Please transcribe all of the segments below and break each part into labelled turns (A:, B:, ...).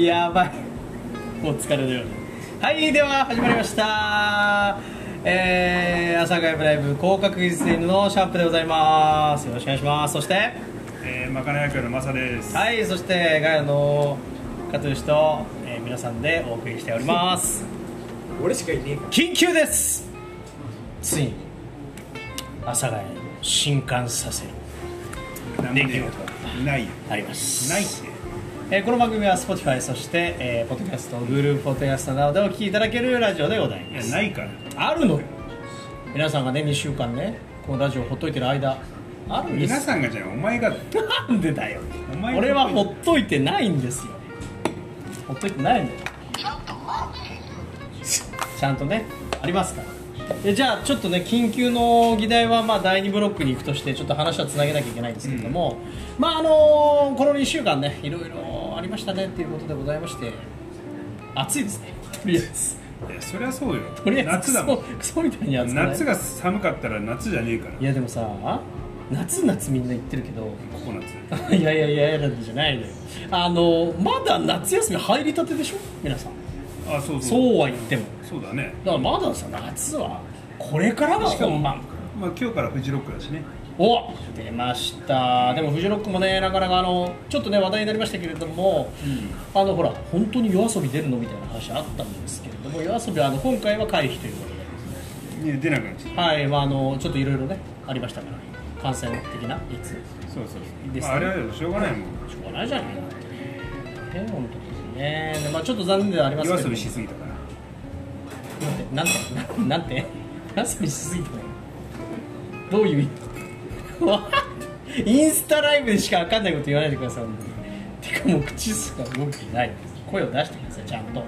A: やばいお疲れのようにはいでは始まりましたえー、朝会ブライブ広角技術員のシャープでございますよろしくお願いしますそして
B: えー、まかない役のマサです。い。
A: はいそしてガヤのカトゥーシと、えー皆さんでお送りしております
C: 俺しかいねえか
A: 緊急ですついに朝会を震撼させる
B: なんで
A: 出来
B: ないよ。
A: あります
B: ないって。
A: えーこの番組は Spotify そして、えー、ポッドキャスト Google ポッドキャストなどでお聞きいただけるラジオでござい
B: い
A: ま
B: や
A: す
B: ないから。
A: あるのよ皆さんがね2週間ねこのラジオをほっといてる間あるんです
B: 皆さんがじゃないお前が
A: なんでだよ
B: お前
A: 俺はほっといてないんですよほっといてないんだよちゃんとねありますからでじゃあちょっとね緊急の議題はまあ第2ブロックに行くとしてちょっと話はつなげなきゃいけないんですけれども、まああのこの2週間ねいろいろありましたねっていうことでございまして暑いですねとりあえず
B: いやそりゃそうよ。
A: とりあえず
B: 夏だも
A: クソクソみたいに暑
B: ん。
A: くない
B: 夏が寒かったら夏じゃねえから。
A: いやでもさ夏夏みんな言ってるけど
B: ココナッツ。
A: いやいやいやいやなんじゃないのよあのまだ夏休み入りたてでしょ皆さん
B: あそうそう。
A: そうは言っても
B: そうだね。
A: だからまださ夏はこれからが
B: しかも
A: 本番
B: まあ今日からフジロックだしね。
A: お出ましたでもフジロックもねなかなかあのちょっとね話題になりましたけれども、あのほら本当に夜遊び出るのみたいな話あったんですけれども夜遊びはあの今回は回避ということで
B: ね出なくなっちゃっ
A: はいまああのちょっといろいろねありましたから感染的ないつ
B: た。そうそう。
A: ですね
B: まああれはしょうがないもん。
A: しょうがないじゃないかってね本当ですねでまあちょっと残念ではありますけ
B: 夜
A: ど
B: 遊びしすぎたか
A: な
B: ら。
A: んてなんてなんて夜遊びしすぎてないどういう意味わかん インスタライブでしか分かんないこと言わないでください本当にてかもう口すか動きないです声を出してくださいちゃんと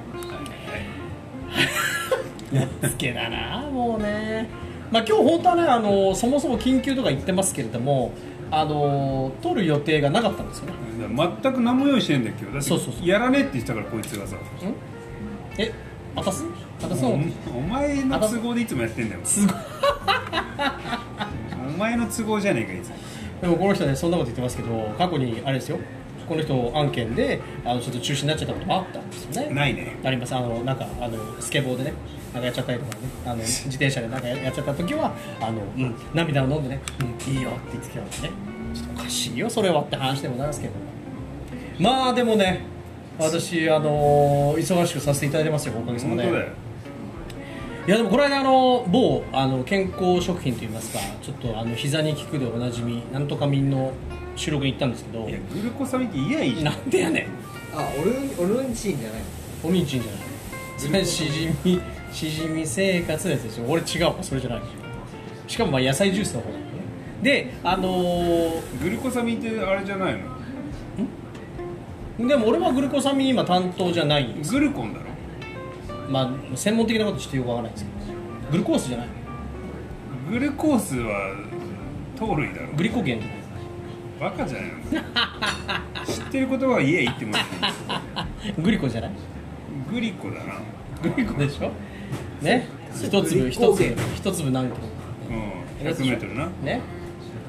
A: つけだなもうねまあ今日本当はねあのそもそも緊急とか言ってますけれどもあの撮る予定がなかったんですよね
B: だから全く何も用意してんだよ今日。だって
A: そうそうそう
B: やらねえって言ってたからこいつがさ。
A: え渡す渡す
B: お
A: の
B: お前の都合でいつもやってんだよ。お前の都合じゃねえかいつも。
A: でもこの人ねそんなこと言ってますけど過去にあれですよこの人案件であのちょっと中止になっちゃったこともあったんですよね
B: ないね
A: ありますあのなんかあのスケボーでねなんかやっちゃったりとかねあの自転車でなんかややっちゃった時はあの、うん、涙を飲んでね、うん、いいよって言ってきたのでねちょっとおかしいよそれはって話でもなんですけどまあでもね私あの忙しくさせていただいてますよおかげさま
B: 本当
A: で
B: だよ
A: いやでもこの間あの某あの健康食品といいますかちょっとあの膝に効くでおなじみなんとかみんの収録に行ったんですけど
B: いやグルコサミンって言えばいいじゃ
A: なんんでやねん
C: あ俺の俺のシーンじゃない
A: おにんちんじゃないそれしじみしじみ生活のやつでしょ俺違うわそれじゃないしかもまあ野菜ジュースの方だよねであのー
B: グルコサミンってあれじゃないの
A: でも俺はグルコサミン今担当じゃないんです
B: グルコンだろ
A: まあ専門的なことちょっとよくわからないですけどグルコースじゃない
B: グルコースは糖類だろ
A: グリコゲンじゃない
B: バカじゃないの知ってることは言え言ってもらって
A: グリコじゃない
B: グリコだな
A: グリコでしょね一粒一粒一粒何個
B: うん 100m な
A: ね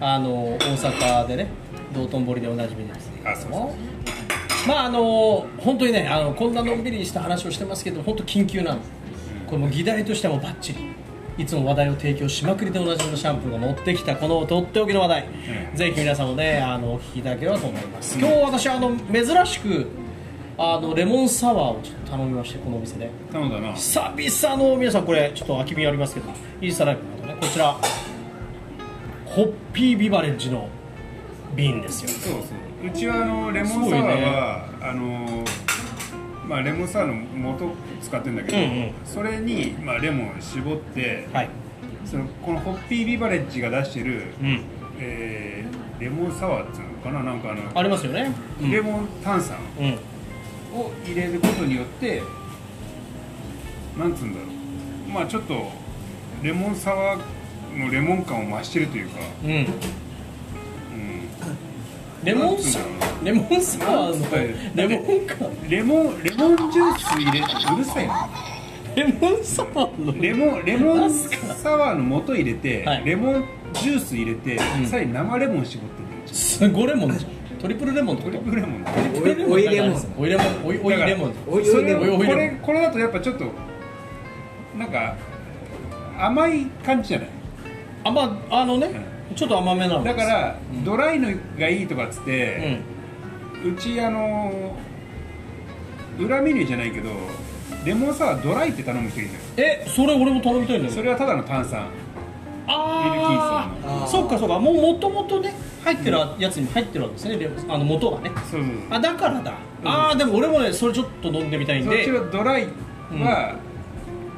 A: あの大阪でね道頓堀でおなじみですけれども
B: あそうそう
A: まああの本当にねあのこんなのんびりした話をしてますけど本当緊急なんですこれもう議題としてはもうバッチリいつも話題を提供しまくりでおなじみのシャンプーが持ってきたこのとっておきの話題、
B: うん
A: ぜひ皆さんもねあのお聞きいただければと思います今日私あの珍しくあのレモンサワーをちょっと頼みましてこのお店で
B: 頼んだな
A: 久々の皆さんこれちょっと空き瓶ありますけどインスタライブのねこちらホッピービバレッジの瓶ですよ
B: そうそううちはあのレモンサワーは、あのまあレモンサワーの素使ってんだけど、
A: うんうん
B: それに、まあ、レモンを絞って、
A: はい
B: そのこのホッピービバレッジが出してる、
A: うん
B: えーレモンサワーっていうのかななんかあの
A: ありますよねうん
B: レモン炭酸
A: うん
B: を入れることによってなんつうんだろうまあちょっとレモンサワーのレモン感を増してるというか、
A: うん
B: う
A: レモンサレモンサワーのレモンか
B: ん、レモンレモンジュース入れうるさいな
A: レモンサワーの
B: レモンレモンサワーの素入れて、
A: はい
B: レモンジュース入れて、
A: ん
B: さらに生レモン絞ってる
A: すごいレモンじゃんトリプルレモンってこ
B: トリ
A: と
B: プルレモンだ
C: トリプルレモン
A: オイレモン
C: ト
A: オイレモンオイオイレモン
C: おい
B: そ
C: おい
B: れ
C: で
B: こ
A: おい
C: も
A: おいでも
B: れこれだとやっぱちょっとなんか甘い感じじゃない
A: あまああのねちょっと甘めなの
B: だから
A: うん
B: ドライのがいいとかっつっ
A: う
B: て、
A: ん
B: うちあの裏メニューじゃないけどレモンサワードライって頼む人いるのよ
A: えそれ俺も頼みたいんだけ
B: そ
A: ど
B: れはただの炭酸
A: あ
B: ミルキーさ
C: んの
A: あそっかそっかもうもともとね入ってるやつに入ってるわけですねレモンあの元がね
B: そうそうそう
A: あだからだ
B: うん
A: あーでも俺もねそれちょっと飲んでみたいん
B: そっ
A: で
B: ちのドライは、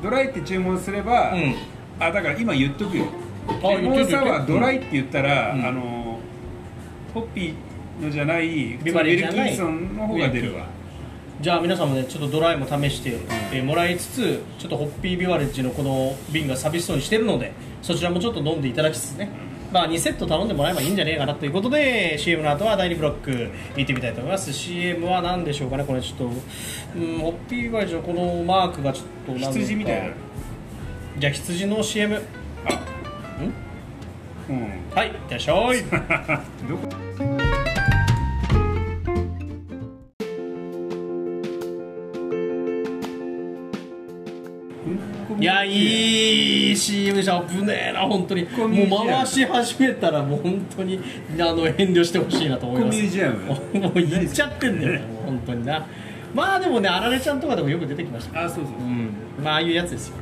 B: ドライって注文すれば、
A: うん
B: あだから今言っとくよ
A: あ
B: レモンサ
A: 言
B: ワ
A: っといて言っ
B: ー
A: て
B: ドライって言ったら、
A: うん
B: あのホッピーのじゃない
A: ビバリー
B: 普
A: じゃな
B: 通の
A: い
B: ウィルキンソンの方が出るわ
A: じゃあ皆さんもねちょっとドライも試して、えーもらいつつちょっとホッピービバレッジのこの瓶が寂しそうにしてるのでそちらもちょっと飲んでいただきつつね、まあ、2セット頼んでもらえばいいんじゃねえかなということで CM の後は第2ブロック行ってみたいと思います CM は何でしょうかねこれちょっと、うん、ホッピービバレッジのこのマークがちょっと何なのか
B: 羊みたいな
A: じゃあ羊の CM ん
B: うん
A: はいいってらっしゃい
B: どこ
A: いやいい CM でした危ねえな本当に
B: コミュニティ
A: もう回し始めたらもう本当にあの遠慮してほしいなと思い
B: コ
A: ま
B: ミュ
A: す
B: ニジアム
A: もう言っちゃってんだよもう本当になまあでもねあられちゃんとかでもよく出てきました
B: あそうそう
A: うんまあああいうやつですよ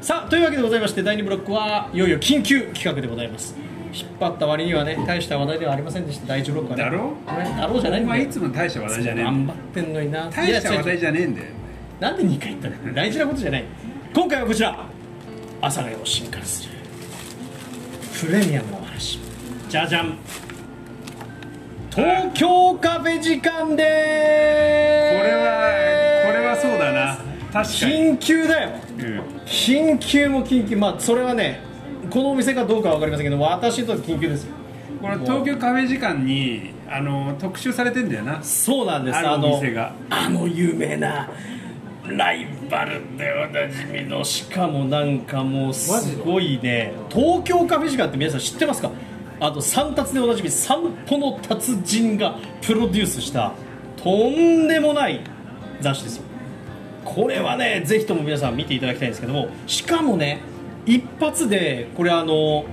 A: さあというわけでございまして第2ブロックはいよいよ緊急企画でございます引っ張った割にはね大した話題ではありませんでした第1ブロックはね
B: だろ
A: ねだろうじゃない
B: お
A: んだ
B: 前い
A: よ
B: つも大した話題じゃねえん
A: 頑
B: だ
A: 張ってんのにな
B: 大した話
A: いや違う違う
B: 題じゃねえんだよ
A: なんで2回言ったの大事なことじゃない今回はこちら阿佐ヶ谷を進化するプレミアムのお話じゃじゃん東京カフェ時間で
B: これ
A: ー
B: は
A: す
B: これはそうだな確かに、
A: 緊急だよ
B: うん
A: 緊急も緊急まあそれはねこのお店かどうかは分かりませんけど私にとって緊急ですよ
B: この東京カフェ時間にあの特集されてんだよな
A: そうなんです
B: あるお店が
A: あの有名なライバルでおなじみのしかもなんかもうすごいね東京カフェ時間って皆さん知ってますかあと三達でおなじみ散歩の達人がプロデュースしたとんでもない雑誌ですよこれはねぜひとも皆さん見ていただきたいんですけどもしかもね一発でこれあの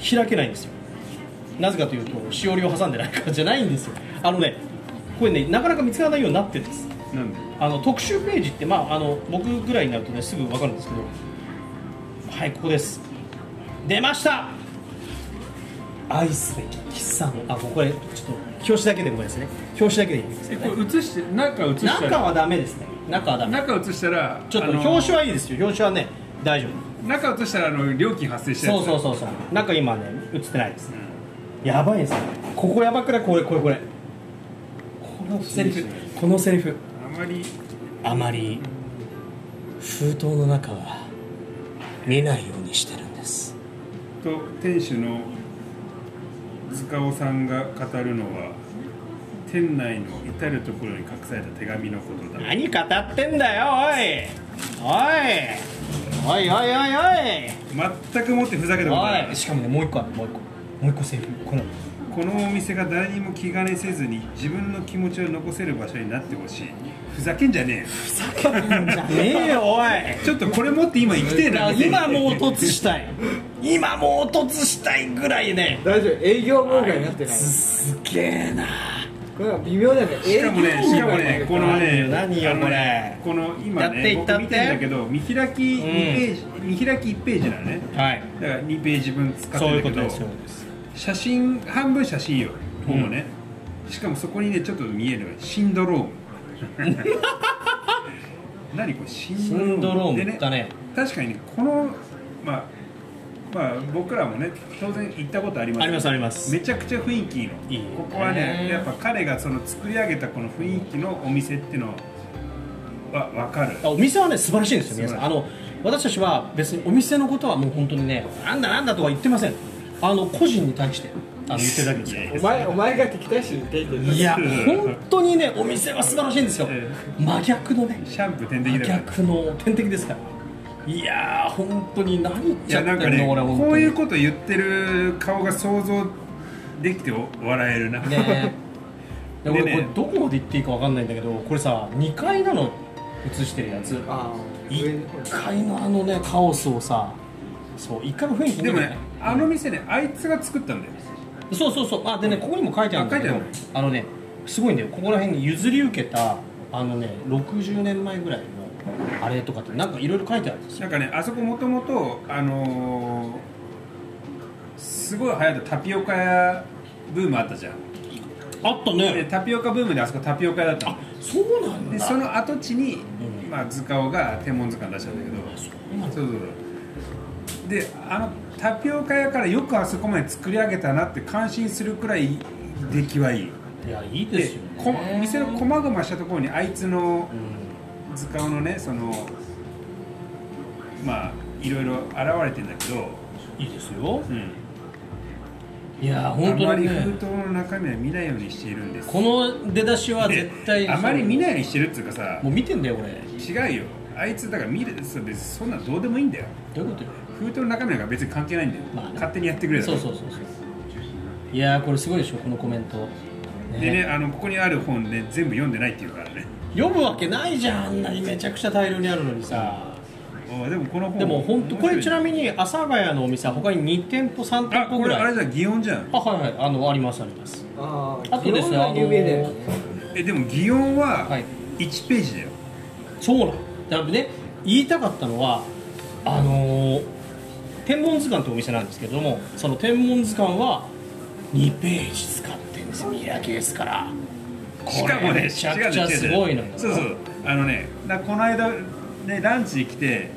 A: 開けないんですよなぜかというとしおりを挟んでないからじゃないんですよあのねこれねなかなか見つからないようになってるんです
B: なんで
A: あの特集ページってまああの僕ぐらいになるとねすぐ分かるんですけどはいここです出ました愛すべき喫茶のあもうこれちょっと表紙だけでごめんなさいね表紙だけでいいです
B: え
A: ね
B: これ映して中映した
A: 中
B: ら
A: はダメですね中はダメ
B: 中映したら
A: ちょっと
B: あの
A: 表紙はいいですよ表紙はね大丈夫
B: 中映したらあの料金発生したやつ
A: そうそうそうそう中今ね映ってないですね、やばいですねここやばくないこれこれこれこのセリフこのセリフ
B: あまり
A: あまり封筒の中は見ないようにしてるんです
B: と店主の塚尾さんが語るのは店内の至る所に隠された手紙のことだ
A: 何語ってんだよおいおいおいおいお
B: 全くもってふざけたことない
A: おいしかもねもう一個あるもう一個もう一個セリフこれ
B: このお店が誰にも気兼ねせずに自分の気持ちを残せる場所になってほしいふざけんじゃね
A: ふざけんじゃねえよ おい
B: えよちょっとこれ持って今生きてえなみたいな
A: 今もう突したい今もう突したいぐらいね
C: 大丈夫営業妨害になってない
A: すげえな
C: これは微妙だよね
B: しかもね、しかもね、このね、
A: 何よ
B: あの
A: これ
B: ねこの今
A: やって
B: ね、
A: いったっ
B: 僕
A: て
B: 見てんだけど、見開き2ページ、見開き1ページなのね。
A: はい
B: だから2ページ分使っ
A: そうい
B: て
A: うこ
B: る
A: と
B: けど
A: です、そういうことです
B: 写真半分写真よ、ほぼね。しかもそこにね、ちょっと見えるシンドロー ム。何これシ
A: シ
B: ン
A: ン
B: ド
A: ド
B: ロ
A: ロ
B: ーム
A: ームだね
B: 確かにねこのまあまあ僕らもね当然行ったことあります
A: ありますあります
B: めちゃくちゃ雰囲気いいの
A: いい
B: ここはね
A: ね
B: やっぱ彼がその作り上げたこの雰囲気のお店っていうのは分かる
A: あお店はね素晴らしいんですよ皆さんあ
B: 素
A: の私たちは別にお店のことはもう本当にねなんだなんだとは言ってませんあの個人に対してあの言ってるだけですよ
C: お前お前が敵対視に出てる
A: いや本当にねお店は素晴らしいんですよ
B: え
A: 真逆のね
B: シャンプー点
A: 真
B: 滴だから
A: 逆の天敵ですからいやー本当に何言っ
B: い
A: ちゃ
B: や
A: っ
B: なんか
A: てん
B: ね
A: の俺本当に
B: こういうこと言ってる顔が想像できてお笑えるな、
A: ねえ で俺
B: でね
A: これどこまで行っていいかわかんないんだけどこれさ2階なの映してるやつ
C: あー上の方
A: 1階のあのねカオスをさそう1階の雰囲気
B: でも
A: いいよ
B: ねあの店ねあいつが作ったんだよ
A: そうそうそうあでねここにも書いてあるんだけど
B: あ
A: あ
B: 書いて
A: のねすごいんだよここら辺に譲り受けたあのね60年前ぐらいのあれとかってなんかいろいろ書いてあるんですよ
B: なんかねあそこもともとあのーすごい流行ったタピオカ屋ブームあったじゃん
A: あった
B: で
A: ね
B: タピオカブームであそこタピオカ屋だったの
A: そうなん
B: で
A: だ
B: その跡地に、
A: うん
B: まあ、塚尾が天文図鑑出したんだけど
A: そうなんだ
B: そうそうそうであのタピオカ屋からよくあそこまで作り上げたなって感心するくらい出来はいい
A: いやいいですよ
B: こ
A: ね
B: 店の細々したところにあいつの
A: うん
B: 図鑑のねそのまあいろいろ現れてんだけど、
A: いいですよ
B: うん、
A: いや本
B: あま
A: 当に
B: り
A: ね
B: 封筒の中身は見ないようにしているんです
A: この出だしは
B: で
A: 絶対に
B: あまり見ないようにしてるっていうかさ
A: もう見てんだよ俺
B: 違うよあいつだから見るそう別にそんなどうでもいいんだよ
A: どういうことよ
B: 封筒の中身なんか別に関係ないんだよ、
A: まあね
B: 勝手にやってくれだか
A: そ
B: ら
A: うそうそうそういやーこれすごいでしょこのコメント
B: でね、あのここにある本ね全部読んでないっていうからね
A: 読むわけないじゃんあんなにめちゃくちゃ大量にあるのにさ
B: ああでもこの本
A: でも本当これちな
B: に
A: みに阿佐ヶ谷のお店は他に2店舗3
B: あ
A: 店舗
B: こ
A: ぐ
B: れあ
A: ら
B: れ
A: い
B: じゃん祇園じゃん
A: あはいはいあのありますあります
C: あー
A: あとですね
C: いろんな有名だよね
B: えでも祇園は
A: はい
B: 1ページだよ、
A: そうなんだからね言いたかったのはあのー天文図鑑ってお店なんですけどもその天文図鑑は2ページ使ってるんですよ開きですから
B: しかも
A: こ
B: ね
A: れめちゃくちゃすごいのよ
B: 違う違う違うそうそうあのねなこの間ねランチに来て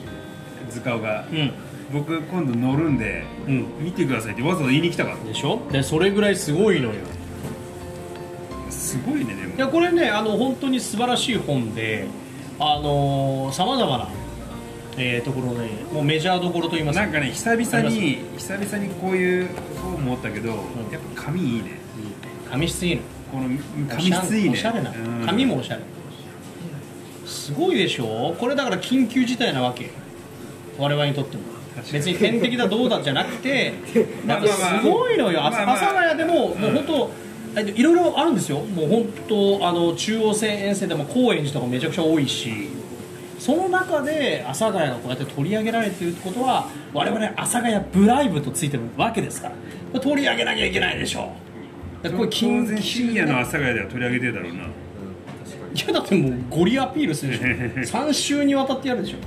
B: 塚尾が、
A: うん
B: 僕今度乗るんで
A: うん
B: 見てくださいってわざわざ言いに来たか
A: でしょでそれぐらいすごいのよ
B: らすごいねでも
A: いやこれねあの本当に素晴らしい本であのさまざまな、えーところでもうメジャーどころといいますか
B: なんかね久々に久々にこういう本持ったけど、
A: ん
B: やっぱ紙いいね
A: 紙質いいの
B: この紙質いいね
A: おしゃれな
B: うん
A: 紙もおしゃれすごいでしょこれだから緊急事態なわけ我々にとっても
B: 確かに
A: 別に天敵だどうだじゃなくて
B: まあ
A: やっ
B: ま
A: ぱ
B: あまあ
A: すごいのよ
B: まあ
A: 阿
B: ま
A: 佐
B: あ
A: 阿佐ヶ谷でももう本当えっといろいろあるんですよもう本当あの中央線沿線でも高円寺とかめちゃくちゃ多いしその中で阿佐ヶ谷がこうやって取り上げられているってことは我々阿佐ヶ谷ブライブとついてるわけですからこれ取り上げなきゃいけないでしょだからこれ
B: 当
A: 緊
B: 然
A: 急
B: 深夜の阿佐ヶ谷では取り上げてるだろうない
A: やだってもうゴリアピールするでしょ3週にわたってやるでしょ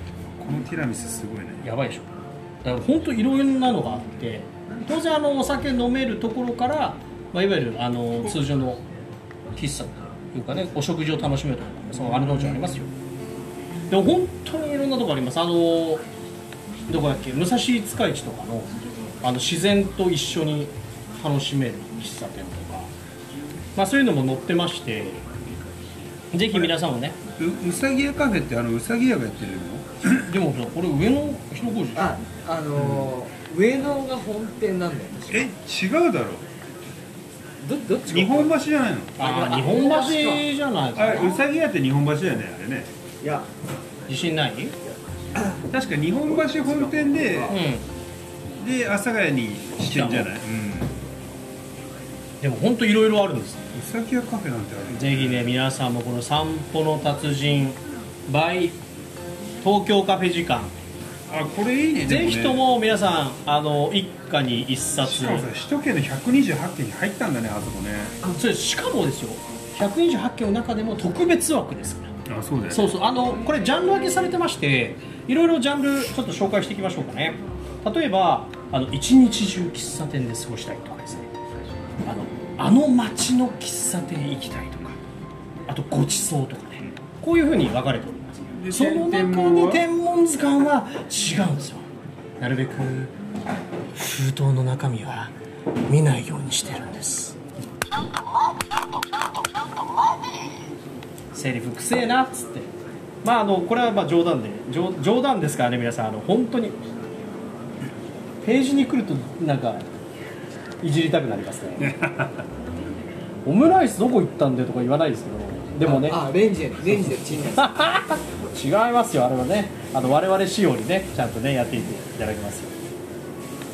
B: このティラミスすごいね
A: やばいでしょだから本当いろいろなのがあって当然あのお酒飲めるところから、まあ、いわゆるあの通常の喫茶というかねお食事を楽しめるところその丸の内ありますよでも本当にいろんなところありますあのどこだっけ武蔵五日市とかのあの自然と一緒に楽しめる喫茶店とか、まあ、そういうのも載ってましてぜひ皆さんもね
B: ううさぎ屋カフェってあのうさぎ屋がやってるの
A: でもさこれ上の広小路じゃん
C: ああのー上野が本店なんだよ
B: え違うだろ
C: どどっちが
B: 日本橋じゃないの
A: あ
C: あ
A: 日本橋じゃない
B: あ
A: か
B: れ
A: な
B: うさぎ屋って日本橋だよねあれね
C: いや
A: 自信ない
B: 確か日本橋本店で
A: うん
B: で阿佐ヶ谷にしてんじゃない、うん、
A: でも本当いろいろあるんです
B: うさぎ屋カフェなんてある
A: ぜひね皆さんもこの散歩の達人 by 東京カフェ時間、
B: あこれいいねで
A: ぜ
B: ね
A: ひとも皆さんあの一家に一冊
B: しかもさ首都圏の128件に入ったんだねあそこね
A: それしかもですよ128件の中でも特別枠ですから
B: あそうだよ
A: そうそうあのこれジャンル分けされてましていろいろジャンルちょっと紹介していきましょうかね例えばあの一日中喫茶店で過ごしたいとかですねあのあの街の喫茶店行きたいとかあとごちそうとかねこういうふうに分かれております
B: で
A: その中
B: 天文は
A: に天文図鑑は違うんですよなるべく封筒の中身は見ないようにしてるんですセリフくせえなっつってまああのこれはまあ冗談で冗冗談ですからね皆さんあの本当にページに来るとなんかいじりたくなりますねオムライスどこ行ったんでとか言わないですけどでもね
C: あレンジでレンジでチンなんですよ
A: 違いますよあれはねあの我々仕様にねちゃんとねやっていっていただきますよ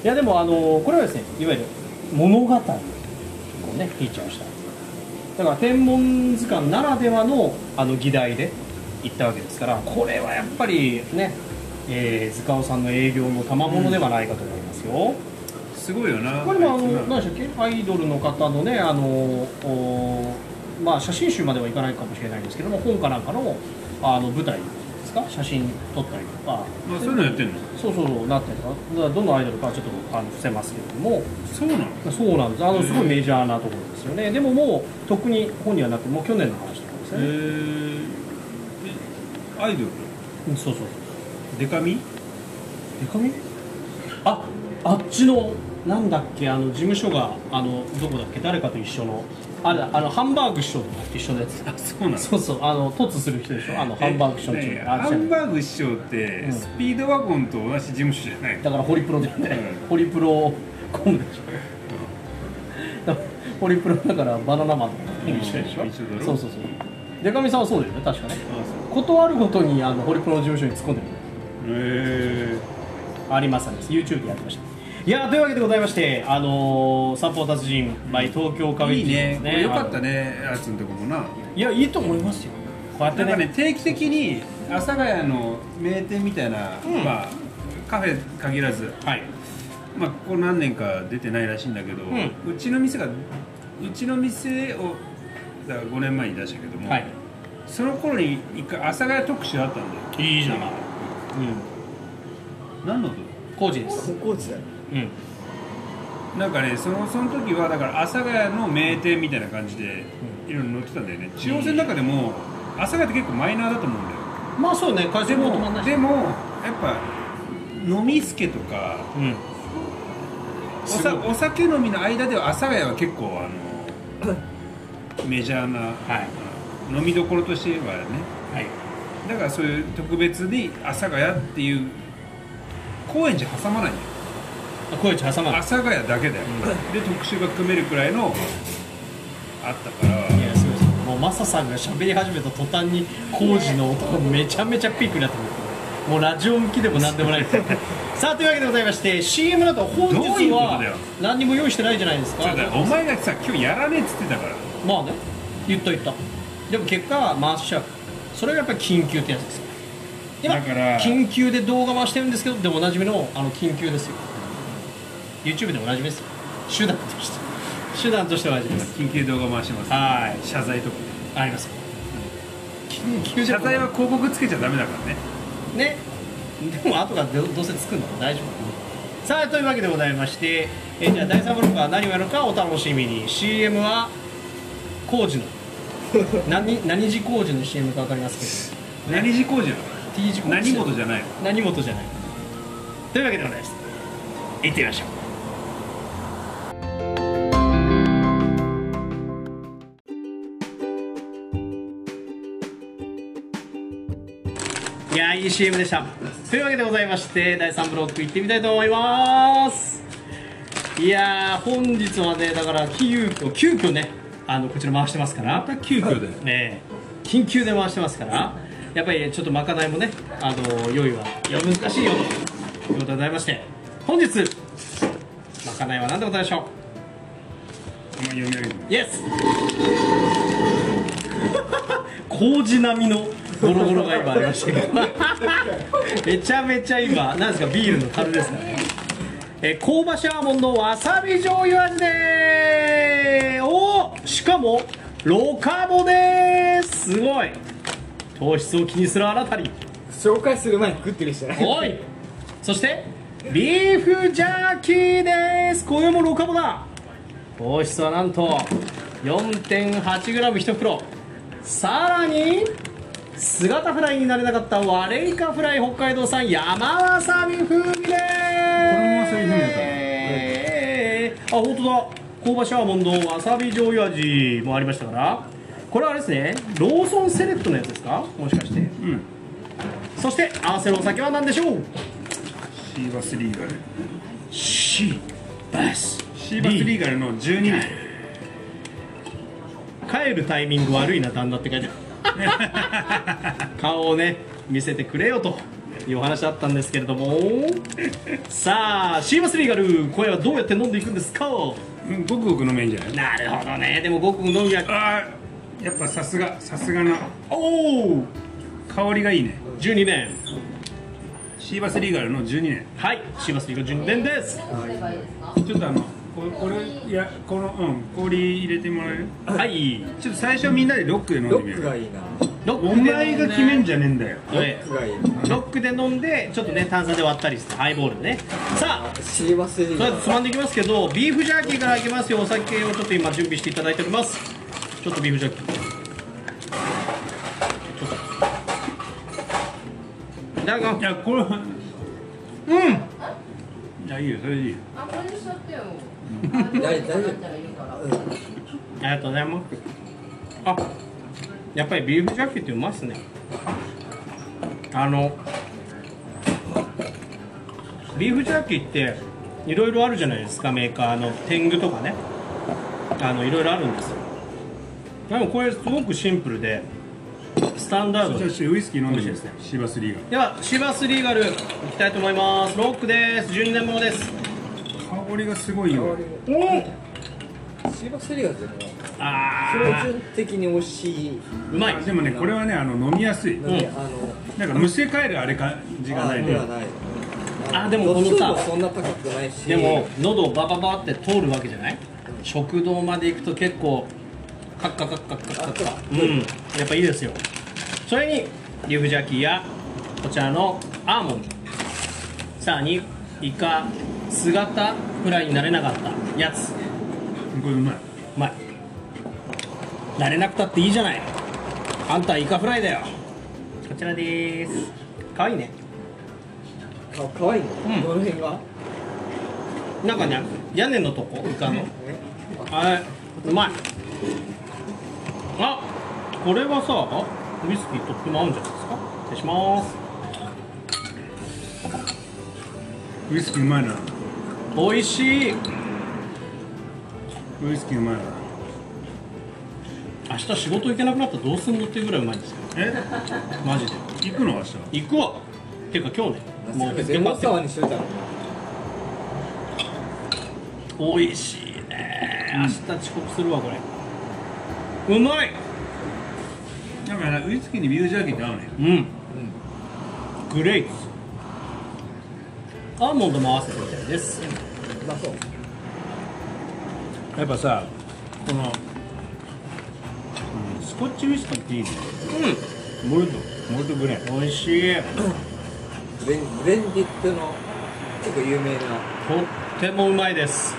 A: いやでもあのこれはですねいわゆる物語もんねピーチャーしただから天文図鑑ならではのあの議題で行ったわけですからこれはやっぱりね、えー、塚尾さんの営業の賜物ではないかと思いますよ、
B: すごいよな
A: これもあ
B: あい
A: の
B: つな
A: 何でしたっけアイドルの方のねあのおまあ写真集まではいかないかもしれないんですけども本かなんかのあの舞台ですか写真撮ったりとか
B: まあ、そういうのやってんの
A: そうそうそうなってるとかだからどのアイドルかはちょっとあの伏せますけれども
B: そうなの
A: そうなんですあのすごい
B: へえ
A: メジャーなところですよねでももうとっくに本にはなくもう去年の話とかです
B: え
A: ね、
B: ー、えアイドル
A: うんそうそうそう
B: デカミ
A: デカミああっちのなんだっけあの事務所があのどこだっけ誰かと一緒のあれだあのハンバーグ師匠とかと一緒のやつ
B: あそうなの
A: そうそうあの突する人でしょあのハンバーグ師匠のチーム
B: え
A: あ
B: ハン
A: 違う
B: バーグ師匠って、
A: うん
B: スピードワゴンと同じ事務所じゃないの
A: だからホリプロだよね、
B: うん
A: ホリプロコムでしょだからホリプロだからバナナマンとか
B: うん
A: 一緒でしょ、
B: 一緒だろ
A: そうそうそうでかみさんはそうだよね確かね
B: あそう
A: 断るごとにあのホリプロの事務所に突っ込んでる
B: へえ
A: ありますあります YouTube でやってましたいやーというわけでございまして、あのー、散歩達人 by 東京カフ
B: い
A: ェ
B: いねこれよかったねあつんとこもない
A: やいいと思いますよこうやって
B: なん
A: ね
B: かね定期的に阿佐ヶ谷の名店みたいな、
A: うん
B: まあカフェ限らず
A: はい
B: まあここ何年か出てないらしいんだけど、
A: う
B: うちの店がうちの店をだから5年前に出したけども、
A: はい
B: その頃に一回阿佐ヶ谷特集あったんだよ
A: いいじゃないうん
B: 何のと
A: 工事です
C: 高校時代
A: うん
B: なんかねそのその時はだから阿佐ヶ谷の名店みたいな感じでいろいろ載ってたんだよね中央線の中でも阿佐ヶ谷って結構マイナーだと思うんだよ
A: まあそうね回
B: で
A: 線も止まんな
B: も
A: いし
B: でもやっぱ飲みすけとか
A: うん
B: おさお酒飲みの間では阿佐ヶ谷は結構あのメジャーな、
A: はい
B: 飲みどころとしてはね
A: はい
B: だからそういう特別に阿佐ヶ谷っていう高円寺挟まないんだよ
A: あ工事挟ま
B: 阿
A: ない
B: 佐ヶ谷だけだよ、で特集が組めるくらいのあったから
A: いやすごいですもうマサさんが喋り始めた途端に工事の音がめちゃめちゃピークになってくるもうラジオ向きでも何でもないですさあというわけでございまして CM だと本
B: どうい
A: 日
B: うことだ
A: は
B: よ
A: 何にも用意してないじゃないですか
B: そうだよお前がさ今日やらねえっつってたから
A: まあね言った言ったでも結果回しちゃうそれがやっぱり緊急ってやつですよ今
B: だから
A: 緊急で動画回してるんですけどでもおなじみのあの緊急ですよ YouTube でもおなじみですよ手段として手段としてはおなじみです
B: 緊急動画回します
A: は
B: 謝罪とか
A: ありますよ緊急じゃ
B: 謝
A: な
B: 罪は広告つけちゃダメだからね
A: ねでも後からどどうせ作るの大丈夫さあというわけでございましてえーじゃあ第3ブロックは何をやるのかお楽しみに CM は工 事の何何時工事の CM か分かります
B: 何時工事な
A: け
B: の
A: ど T 字工事
B: 何事じゃないの
A: 何事じゃないというわけでございます行ってみましょういやーいい CM でしたというわけでございまして第3ブロック行ってみたいと思いますいやー本日はねだから急遽急遽ねあのこちら回してますから
B: また急遽だよ
A: ねえ緊急で回してますからやっぱりちょっとまかないもねあの用意はいや難しいよということでございまして本日まかないは何でございましょ
B: お前読み上げて
A: うイエス 麹並みのゴロゴロが今ありましたけど めちゃめちゃ今何ですかビールの樽ですかねえー香ばしいアーモンドわさび醤油味でーおーしかもロカボですすごい糖質を気にするあなたに
C: 紹介する前に食ってる 人じゃない
A: おいそしてビーフジャーキーですこれもロカボだ糖質はなんと 4.8g1 袋さらに姿フライになれなかったワレイカフライ北海道産山わさび風味です
B: わさび風味だったの
A: えーあ本当だ香ばしいアーモンドわさび醤油味もありましたからこれはあれですねローソンセレクトのやつですかもしかして
B: うん
A: そして合わせるお酒は何でしょう
B: シーバスリーガル
A: シーバス
B: シーバスリーガルの12年
A: 帰るタイミング悪いな旦那って書いてある 顔をね見せてくれよというお話だったんですけれどもさあシーバスリーガルこれはどうやって飲んでいくんですか
B: うんごくごく飲めんじゃない
A: なるほどねでも僕も飲みや
B: あーやっぱさすがさすがな
A: おお
B: 香りがいいね
A: 12年
B: シーバスリーガルの12年
A: はいシーバスリーガ12年です
B: ちょっとあのここれいやこのうん氷入れてもらえる
A: はい
B: ちょっと最初みんなでロックで飲んで
C: ロ
B: み
C: ック
B: よ
C: が
B: う
C: いいな
A: ロ
B: お前が決めんじゃねえんだよ
A: ロ
C: ロ
A: ッ
C: ッ
A: ク
C: クがいい
A: ロックで飲んでちょっとね炭酸で割ったりしてハイボールでねさあ
C: シーバスリー
A: とりあえ
C: ガ
A: ずつまんでいきますけどビーフジャーキーからいきますよお酒をちょっと今準備していただいておりますちょっとビーフジャーキーちょっとだが
B: いやこれ
A: うん
B: いやいいよそれでいいよ
D: あ、これにしちゃってよ。
C: 大丈夫
D: なったらいいから。
A: ありがとうございますあやっぱりビーフジャーキーってうまいっすねあのビーフジャーキーっていろいろあるじゃないですかメーカーの天狗とかねあのいろいろあるんですよでもこれすごくシンプルでスタンダード
B: じゃ
A: で
B: あちょっとウイスキー飲んでみよう
A: 美味しいですね
B: シーバスリーガル
A: ではシバスリーガルいきたいと思いますロックです12年ものです
B: 香りがすごいよ
A: お
C: ルシーバスリーガルでも
A: あ
C: 標準的に美味しい
A: ーうまい
B: でもねこれはねあの飲みやすい
C: のに、
A: うん
C: あの
B: なんかむせ返るあれ感じがない
C: あれ
B: ね
C: はない
A: あでもこのさ
C: 度数もそんな高くないし
A: でも喉をバババって通るわけじゃない食堂まで行くと結構カッカカッカカッカカうんやっぱいいですよそれにビーフジャーキーやこちらのアーモンドさらにイカ姿フライになれなかったやつ
B: これうまいう
A: まい慣れなくたっていいじゃないあんたはイカフライだよこちらでーすかわいいね
C: かかわいいの、
A: ん
C: どの辺が
A: なんかね屋根のとこイカの
C: え
A: あれうまいあこれはさウイスキーとっても合うんじゃないですか失礼します
B: ウイスキーうまいな
A: 美味しい
B: ウイスキーうまいな
A: 明日仕事行けなくなったらどうすんのっていうぐらいうまいんですよ
B: え
A: マジで
B: 行くの明日
A: 行くわていうか今日ねもう
C: レモンサワーにしといたの
A: 美味しいね明日遅刻するわこれうまい
B: だからウイスキーにビーフジャーキーって合うね
A: うん、グレイツアーモンドも合わせてみたいです
C: うまそう
B: やっぱさこの、うんスコッチウイスキーっていいね
A: う
B: モルトモルトグレーン
A: ん美味しいと
C: ブレンブレンディットの結構有名な
A: ってもうまいです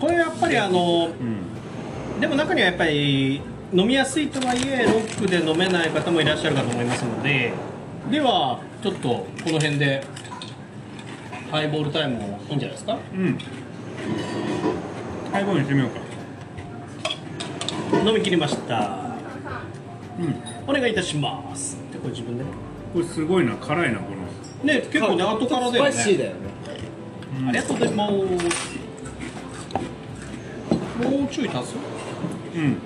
A: これやっぱりあの
B: うん
A: でも中にはやっぱり飲みやすいとはいえロックで飲めない方もいらっしゃるかと思いますのでではちょっとこの辺でハイボールタイムもいいんじゃないですか
B: うんハイボールにしてみようか
A: 飲み切りました
B: うん
A: お願いいたしますでこれ自分でね
B: これすごいな辛いなこの
A: ね結構ね後からだ
C: ス
A: よ
C: パ
A: ね
C: イシーだよね
A: ありがとうございます。もうちょい足す。
B: うん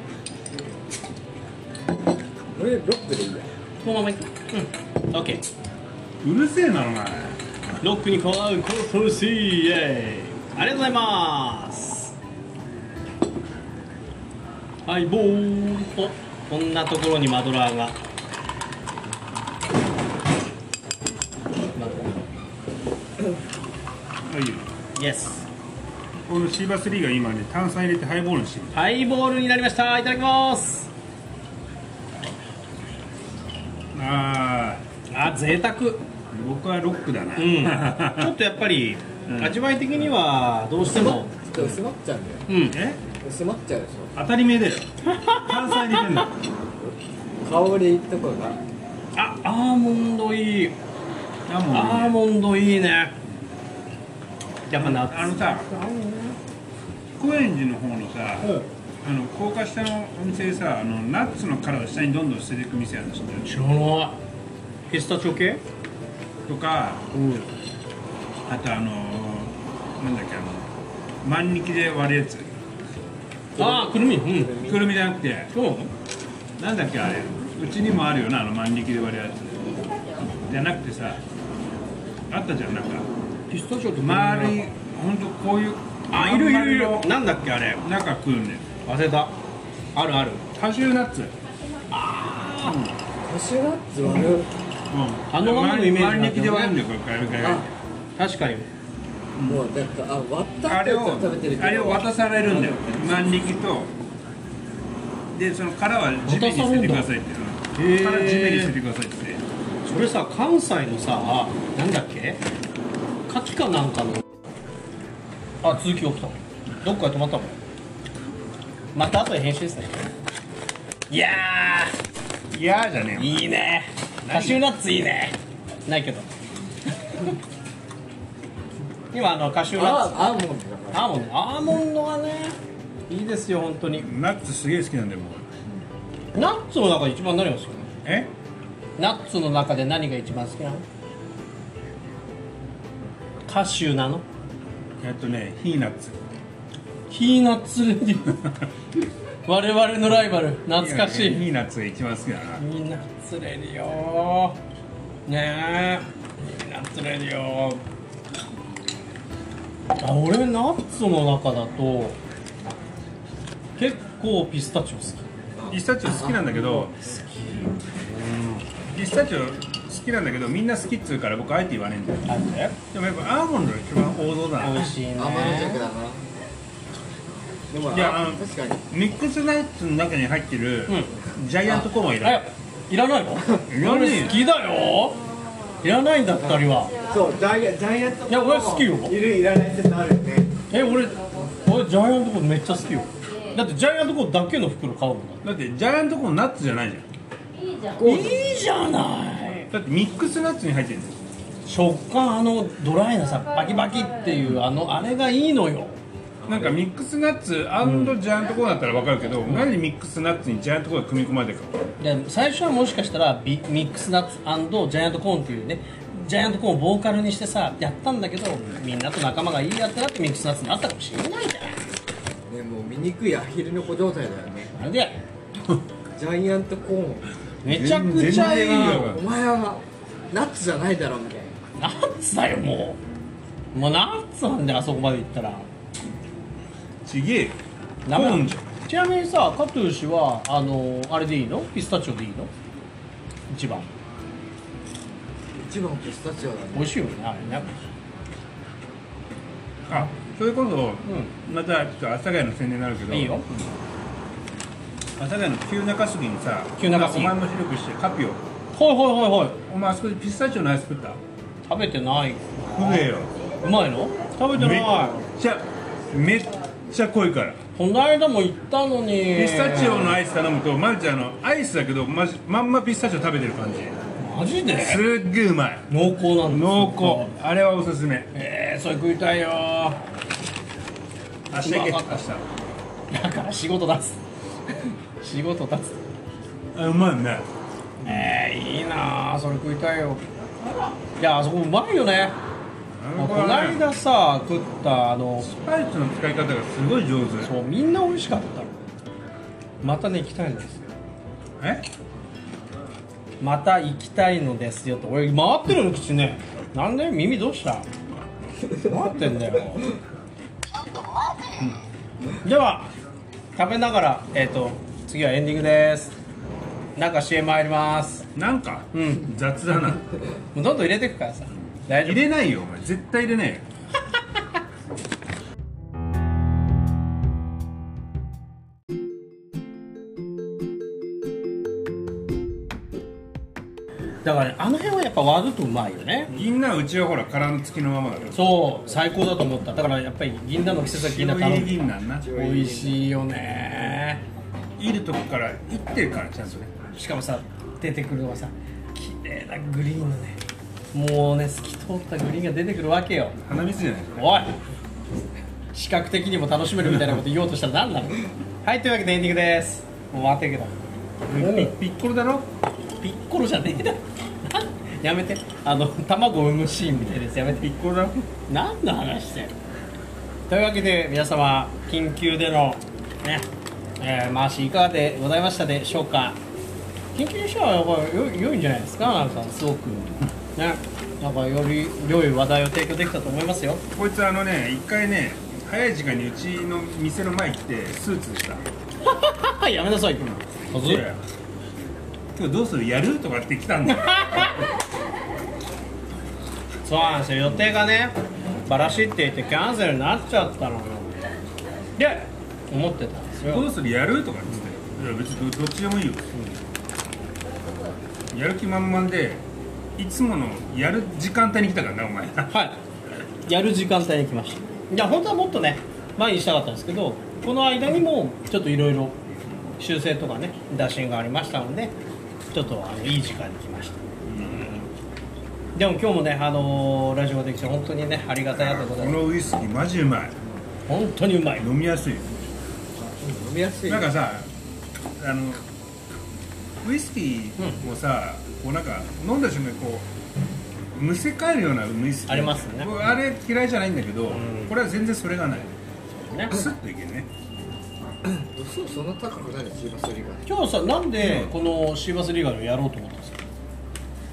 C: これロックでいいや
A: このままいく。うん。オッケー。
B: うるせえなお前
A: ロックにこだわるコートルシーイエーイありがとうございます。はい、ボーンとこんなところにマドラーが。
B: あいいよ
A: イエス。
B: このシーバスリーが今ね炭酸入れてハイボールにしてる
A: ハイボールになりました。いただきます。
B: あ
A: あ、贅沢。
B: あ僕はロックだな、
A: うん。ちょっとやっぱり、味わい的にはどうしても。
C: ちょっと薄まっちゃうん
A: うん。
C: だよ
B: え
C: 薄まっちゃうでし
B: 当たり前だよ炭酸入れてんだ
C: ょ香りとかが
A: あ、アーモンドいい。
B: あもう
A: アーモンドいいね。やっぱナ
B: あ
A: ッ
B: の
A: ツ。
B: さ高円寺の方のさあの高架下のお店でさあのナッツの殻を下にどんどん捨てていく店あるんですよ
A: 知らない。ピスタチオ系？
B: とか
A: うん。
B: あとあのなんだっけあの万力で割るやつ
A: あー、くるみ。うん。
B: くるみじゃなくて
A: そうなの？
B: なんだっけあれうちにもあるよなあの万力で割るやつじゃなくてさあったじゃんなんか
A: ピスタチオと
B: 丸い本当こういう
A: あいるいるいる
B: よ
A: なんだっけあれ
B: 中食うんで
A: 忘れたあるある
B: カシューナッツ
C: カシューナッツ割る
B: うん
A: あのままのイメージ
B: 割り抜きで割るんだよこれ
C: あ
A: 確かに
C: もうだからあ割った
B: あ
C: って
B: れ
C: や
B: を
C: つは食べてるけど
B: あれを渡されるんだよ万力とでその殻は地面に捨ててくださいって
A: へー
B: 殻地面に捨ててくださいって
A: それさ関西のさなんだっけ牡蠣かなんかのあ続き起きたどっかで止まったもんまた後で編集ですねいや
B: いやーじゃね
A: ー
B: えよ
A: いいねカシューナッツいいねないけど今あのカシューナッツ
C: あアーモンドだから
A: アーモンドアーモンドがねいいですよ本当に
B: ナッツすげえ好きなんだよ僕
A: ナッツの中で一番何が好きなの
B: え
A: ナッツの中で何が一番好きなのカシューなの
B: えっとねヒーナッツ
A: ピーナッツレディ我々のライバル懐かしい
B: ヒーナッツが一番好きだな
A: ピーナッツレディオねえピーナッツレディオあ俺ナッツの中だと結構ピスタチオ好き
B: ピスタチオ好きなんだけどピスタチオ好きなんだけどみんな好きっつうから僕あえて言わねえんだよ
A: なんで
B: でもやっぱアーモンドが一番王道だ
A: 美
B: な
A: 味しいね
C: 甘の弱だなでも
B: いや
C: あ
B: あの
C: 確かに
B: ミックスナッツの中に入ってる
A: う
B: ジャイアントコーンはいらない
A: えいらないの
B: いらねえよ
A: 俺好きだよいらないんだったりは
D: そう、ジャイアンジャイアント
A: いや俺好きよ
D: いるいらない説あるよね
A: え俺俺ジャイアントコーンめっちゃ好きよだってジャイアントコーンだけの袋買うもんだ
B: だってジャイアントコーンナッツじゃないじゃ
A: いいじゃない
B: んだってミックスナッツに入ってるんですよ
A: 食感あのドライなさバキバキっていうあのあれがいいのよ
B: なんかミックスナッツジャイアントコーンだったら分かるけど、なんでミックスナッツにジャイアントコーンが組み込まれてるか
A: で最初はもしかしたらビミックスナッツジャイアントコーンっていうねジャイアントコーンをボーカルにしてさやったんだけどみんなと仲間がいいやってなってミックスナッツになったかもしれないじゃない
C: ねもう醜いアヒルの子状態だよね
A: あれで
C: ジャイアントコーン
A: めちゃくちゃいい
B: 全然いい
A: よ
B: よ
C: お前はナッツじゃないだろみたいな
A: ナッツだよもうもうナッツなんであそこまで行ったら
B: ちげえよコ
A: ダメなの
B: ーンじゃん
A: ちなみにさ加藤氏はあのあれでいいのピスタチオでいいの一番
C: 一番ピスタチオだね
A: 美味しいよねあれね
B: あそれこそ
A: う
B: またちょっと阿佐ヶ谷の宣伝になるけど
A: んいいよ
B: 阿佐ヶ谷の旧中杉にさ
A: 旧中杉
B: お前も白くしてカピオ
A: ほいほいほいほい
B: お前あそこでピスタチオのアイス食った
A: 食べてない
B: 食えよ
A: うまいの食べて
B: め
A: ない
B: っちゃめっちゃ濃いから
A: この間も行ったのに
B: ピスタチオのアイス頼むとまるちゃんあのアイスだけどまじまんまピスタチオ食べてる感じ
A: マジです
B: っげえうまい
A: 濃厚なの
B: 濃厚あれはおすすめ
A: えー、それ食いたいよ
B: 明日行け
A: う
B: 明
A: まかっただから仕事出す 仕事出す
B: 日あうまいね
A: えー、いいなあそれ食いたいよいやあそこうまいよねこ
B: これ
A: の
B: はね
A: 間さ食ったあの
B: スパイスの使い方がすごい上手
A: そうみんな美味しかったまたね行きたいのですよ
B: え
A: また行きたいのですよと俺回ってるの口ねなんだよ耳どうした回ってんだようんでは食べながらえっ、と次はエンディングですなんか CM 入ります
B: なんか、
A: うん
B: 雑だな
A: もうどんどん入れてくからさ大丈
B: 入
A: 夫
B: れないよお前絶対入れないよ
A: だから、ね、あの辺はやっぱ割るとうまいよね
B: 銀杏うちはほら殻の付きのままだから
A: そう最高だと思っただからやっぱり銀杏の季節は銀
B: 塩
A: 杏頼
B: 入り
A: む
B: 銀杏な
A: 美味しいよね
B: いるとこからいってるからちゃんとね
A: しかもさ出てくるのがさ綺麗なグリーンのねもうね透き通ったグリーンが出てくるわけよ
B: 花水じゃないですか
A: おい視覚的にも楽しめるみたいなこと言おうとしたら何なのはいというわけでエンディングですもう終わってるけど
B: ピピッコロだろ
A: ピッコロじゃねえだろなんやめてあの卵を産むシーンみたいですやめて
B: ピッコロだろ
A: 何の話してんのというわけで皆様緊急でのね、えー、回しいかがでございましたでしょうか緊急にしたらやっぱりよ良いんじゃないですかなんかすごくねなんかより良い話題を提供できたと思いますよ
B: こいつあのね一回ね早い時間にうちの店の前来てスーツでした
A: はい、やめなさい。行くの
B: いや今日どうするやるとかって来たんだよ
A: そうなんですよ予定がねバラシって言ってキャンセルになっちゃったのよで思ってたんです
B: ど
A: よ
B: うするやるとかって言っていや別にどどっちでもいいよ、やる気満々でいつものやる時間帯に来たからな お前
A: はいやる時間帯に来ましたいや本当はもっとね前にしたかったんですけどこの間にもちょっといろいろ修正とかね打診がありましたのでちょっとあのいい時間に来ましたでも今日もね、あのーラジオができて本当にねありがたいなということ
B: こ
A: で
B: のウイスキーマジうまい
A: 本当にうまい
B: 飲みやすい
C: 飲みやすい
B: なんかさあのウイスキーもさ、こうなんか飲んだ瞬間にこうむせ返るようなウイスキー
A: ありますね
B: 僕あれ嫌いじゃないんだけど、
A: ん
B: これは全然それがない
A: ね
B: スッといけるね
C: そうそんな高くないですよそれが
A: 今日さなんでこのシーバスリーガルをやろうと思ったんですか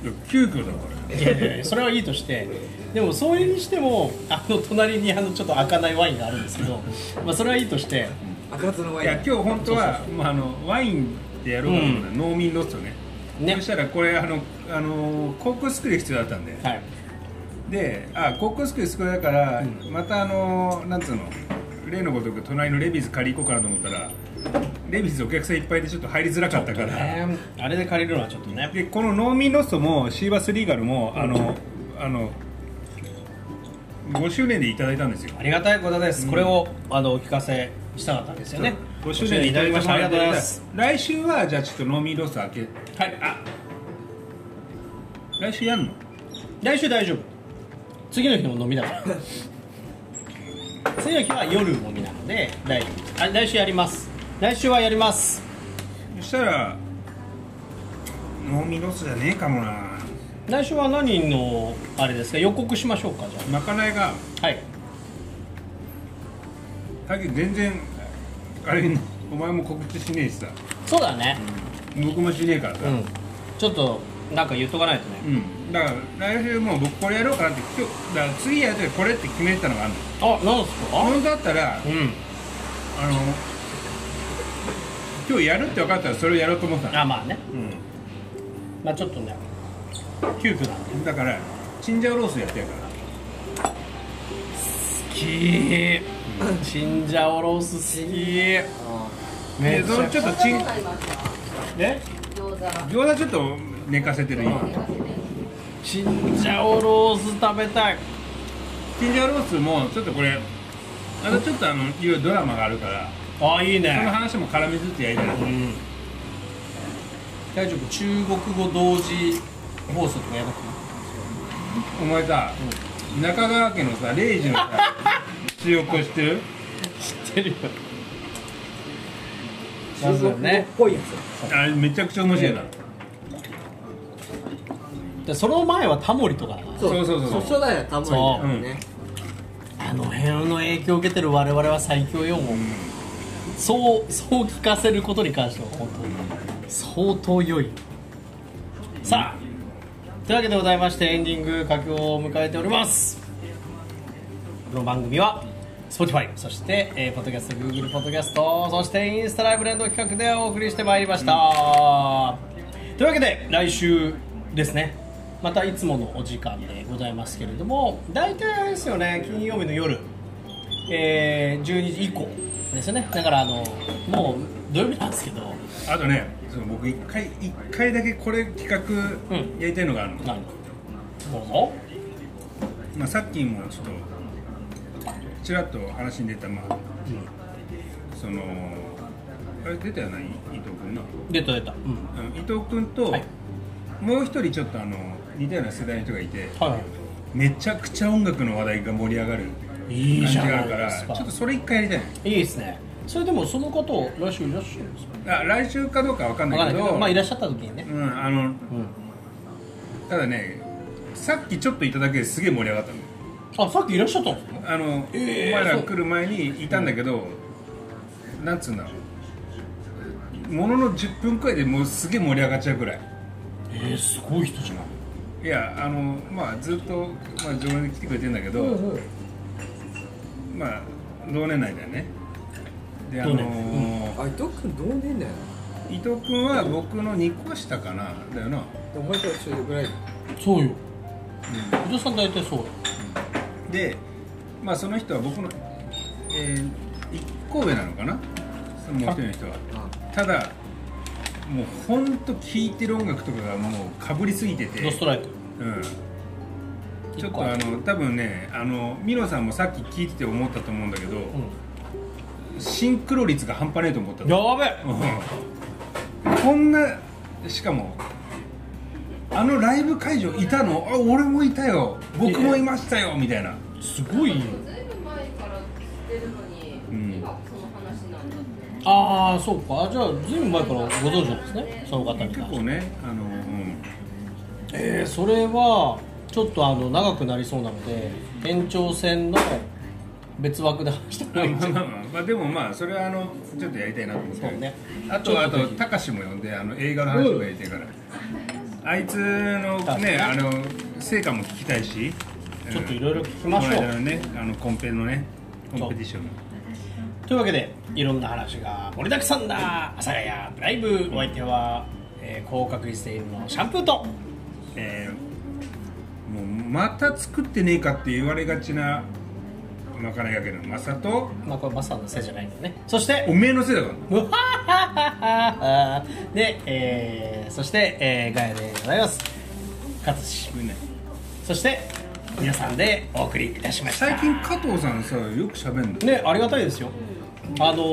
B: いや急遽だから
A: いやいやいやそれはいいとしてでもそれにしてもあの隣にあのちょっと開かないワインがあるんですけど、まあ、それはいいとして
C: 赤津のワ
B: い
C: イン
B: や今日本当はまああのワインでやろうかと思ったら、農民ロストね
A: ね
B: そしたらこれあのあのコークスクリュー必要だったんで、
A: はい
B: であコークスクリュー少ないから、またあのなんつうの例のごとく隣のレビーズ借り行こうかなと思ったらレビーズお客さんいっぱいでちょっと入りづらかったから、
A: ねあれで借りるのはちょっとね
B: でこの農民ロストもシーバスリーガルもあのあの5周年でいただいたんですよ
A: ありがたいことです、これをあのお聞かせしたかったんですよね
B: ご周年いただきました。
A: ありがとうございます。
B: 来週はじゃあちょっと飲みロス開け。はい。あ、来週やんの？
A: 来週大丈夫次の日も飲みだから次の日は夜飲みなので大丈夫あ来週やります来週はやります
B: そしたら飲みロスじゃねえかもな。
A: 来週は何のあれですか予告しましょうかじゃ
B: まかないが
A: あはい
B: 最近全然あれお前も告知しねえしさ、
A: そうだね
B: 僕もしねえからさ。
A: うんちょっとなんか言っとかないとね
B: うんだから来週もう僕これやろうかなって今日だから次やる時これって決めてたのがあるの
A: あなんすか
B: 本当だったら
A: うん
B: あの今日やるって分かったらそれをやろうと思ってたの
A: あまあね
B: うん
A: まあちょっとね急遽なんで
B: だからチンジャオロースやってやるから
A: 好きチンジャオロース好き
C: あ
B: でそのちょっとチン
E: ありますよ
A: ね
E: 餃子
B: 餃子ちょっと寝かせてる今
A: チンジャオロース食べたい
B: チンジャオロースもちょっとこれあとちょっとあのいろいろドラマがあるから
A: あいい
B: その
A: ね
B: 話も絡めつつやりたいな
A: うん大丈夫中国語同時放送とかやばくな
B: お前さ、中川家のさ0時のさ塩こ知って
A: い
B: る
A: 知ってるよ
C: 中国語っぽいやつ
B: あれめちゃくちゃ面白いな、
A: でその前はタモリとかだな
B: そうそうそうそう
C: 初代はタモリだよね
A: あの辺の影響を受けてる我々は最強よもう、そうそう聞かせることに関しては本当に相当良いさあというわけでございましてエンディング佳境を迎えておりますこの番組は Spotify そして、えー、ポッドキャスト Google ポッドキャストそしてインスタライブ連動企画でお送りしてまいりました、というわけで来週ですねまたいつものお時間でございますけれども大体あれですよね金曜日の夜、えー、12時以降ですよねだからあのもう土曜日なんですけど
B: あとねその僕一回一回だけこれ企画
A: うん
B: やりたいのがあるの、
A: なんかどうぞ
B: まあ、さっきもちょっとちらっと話に出たまあ、そのあれ出たよない伊藤君な
A: 出た出たうん
B: あの伊藤君と、
A: はい
B: もう一人ちょっとあの似たような世代の人がいて
A: は
B: めちゃくちゃ音楽の話題が盛り上がる
A: いいい
B: 感
A: じ
B: じ
A: ゃ
B: があ
A: ない
B: るか
A: で
B: ら
A: す
B: ちょ
A: か
B: っとそれ一回やりたい
A: いいですねそれでもその方来週いらっしゃるんですか
B: のあ来週かどうかわかん
A: わかんない
B: な
A: い
B: け
A: け
B: ど
A: どまあいらっしゃった時にね
B: うんあの
A: うん
B: ただねさっきちょっといただけですげえ盛り上がったの
A: あさっきいらっしゃったの
B: あの、
A: ええ
B: お前ら
A: そう
B: 来る前にいたんだけど、なんつうんだろうものの10分くらいでもうすげえ盛り上がっちゃうくらい
A: えー、すごい人じゃない
B: いやあのまあずっと、まあ、常連で来てくれてんだけど、まあ同年代だよねであ
A: 同
B: の
A: 年代
B: ー
C: あ伊藤君同年代なの
B: 伊藤君は僕の2個下かなだよな
C: でお前とは一緒ぐらいだ
A: そうよ伊藤さん大体そうよ
B: でまあその人は僕の、えー、1個上なのかなそのもう一人の人は
C: あ
B: ただもうほんと聴いてる音楽とかがもうかぶりすぎてて
A: ドストライク
B: うんちょ
A: 一
B: っ
A: 個
B: とあの多分ねあのミロさんもさっき聞いてて思ったと思うんだけど、
A: う
B: シンクロ率が半端ないと思った
A: ん
B: の
A: やべえ
B: うんこんなしかもあのライブ会場いたのあ俺もいたよ僕もいましたよみたいな
A: すごい
E: ずいぶん前から知ってるのに、
B: うん
E: 今その話なんだって
A: ああそうかあじゃあずいぶん前からご存知なんですねその方に関して
B: 結構ねあの、うん、
A: えーそれはちょっとあの長くなりそうなので延長戦の別枠で話した方がいいんじゃない
B: まあまあまあ まあでもまあそれはあのちょっとやりたいなと思って
A: そうね
B: あ
A: ちょ
B: と
A: っ
B: あ
A: とぜ
B: と
A: ひ
B: たかしも呼んであの映画の話もやりたいから、あいつのねあの成果も聞きたいし
A: ちょっとい
B: い
A: ろいろ聞きましょう
B: のねあのコンペのねコンペティションの
A: というわけでいろんな話が盛りだくさんだ阿佐ヶ谷ブライブお相手は、えー、広角一線のシャンプーと
B: えーもうまた作ってねえかって言われがちなまかないがけのマサと
A: まあこれマスターのせいじゃないんだよねそして
B: おめえのせいだから
A: うわはははで、えー、そして、えー、ガヤでございます勝志
B: ごめんね
A: そして皆さんでお送りいたしました
B: 最近加藤さんさよく喋んの
A: ねありがたいですよあのー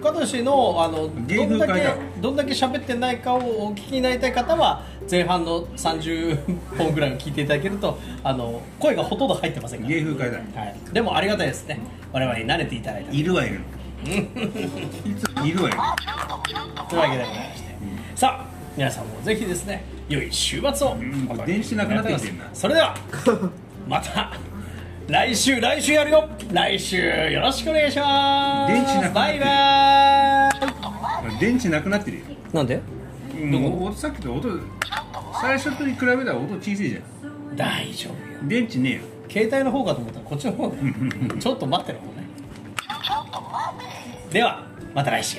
A: 岡田氏のあの
B: 芸
A: どんだ
B: 風会
A: け
B: だ
A: どんだけ喋ってないかをお聞きになりたい方は前半の30本ぐらいを聞いていただけるとあの声がほとんど入ってませんから、
B: 芸風会だ
A: はい、でもありがたいですね我々に慣れていただいたと
B: いるはいるいつもいるはいる
A: いうわけでございまして、さあ皆さんもぜひですね良い週末を、
B: んこれ電子なくなってきてんな
A: それでは また来週来週やるよ来週よろしくお願いします
B: 電池なくなっ
A: バ
B: て
A: イ
B: る
A: バイ
B: 電池なくなってるよ
A: なんで
B: もうさっきと音最初とに比べたら音小さいじゃ
A: 大丈夫よ
B: ん電池ねえよ
A: 携帯の方かと思ったらこ っちの方だよちょっと待ってろお前ではまた来週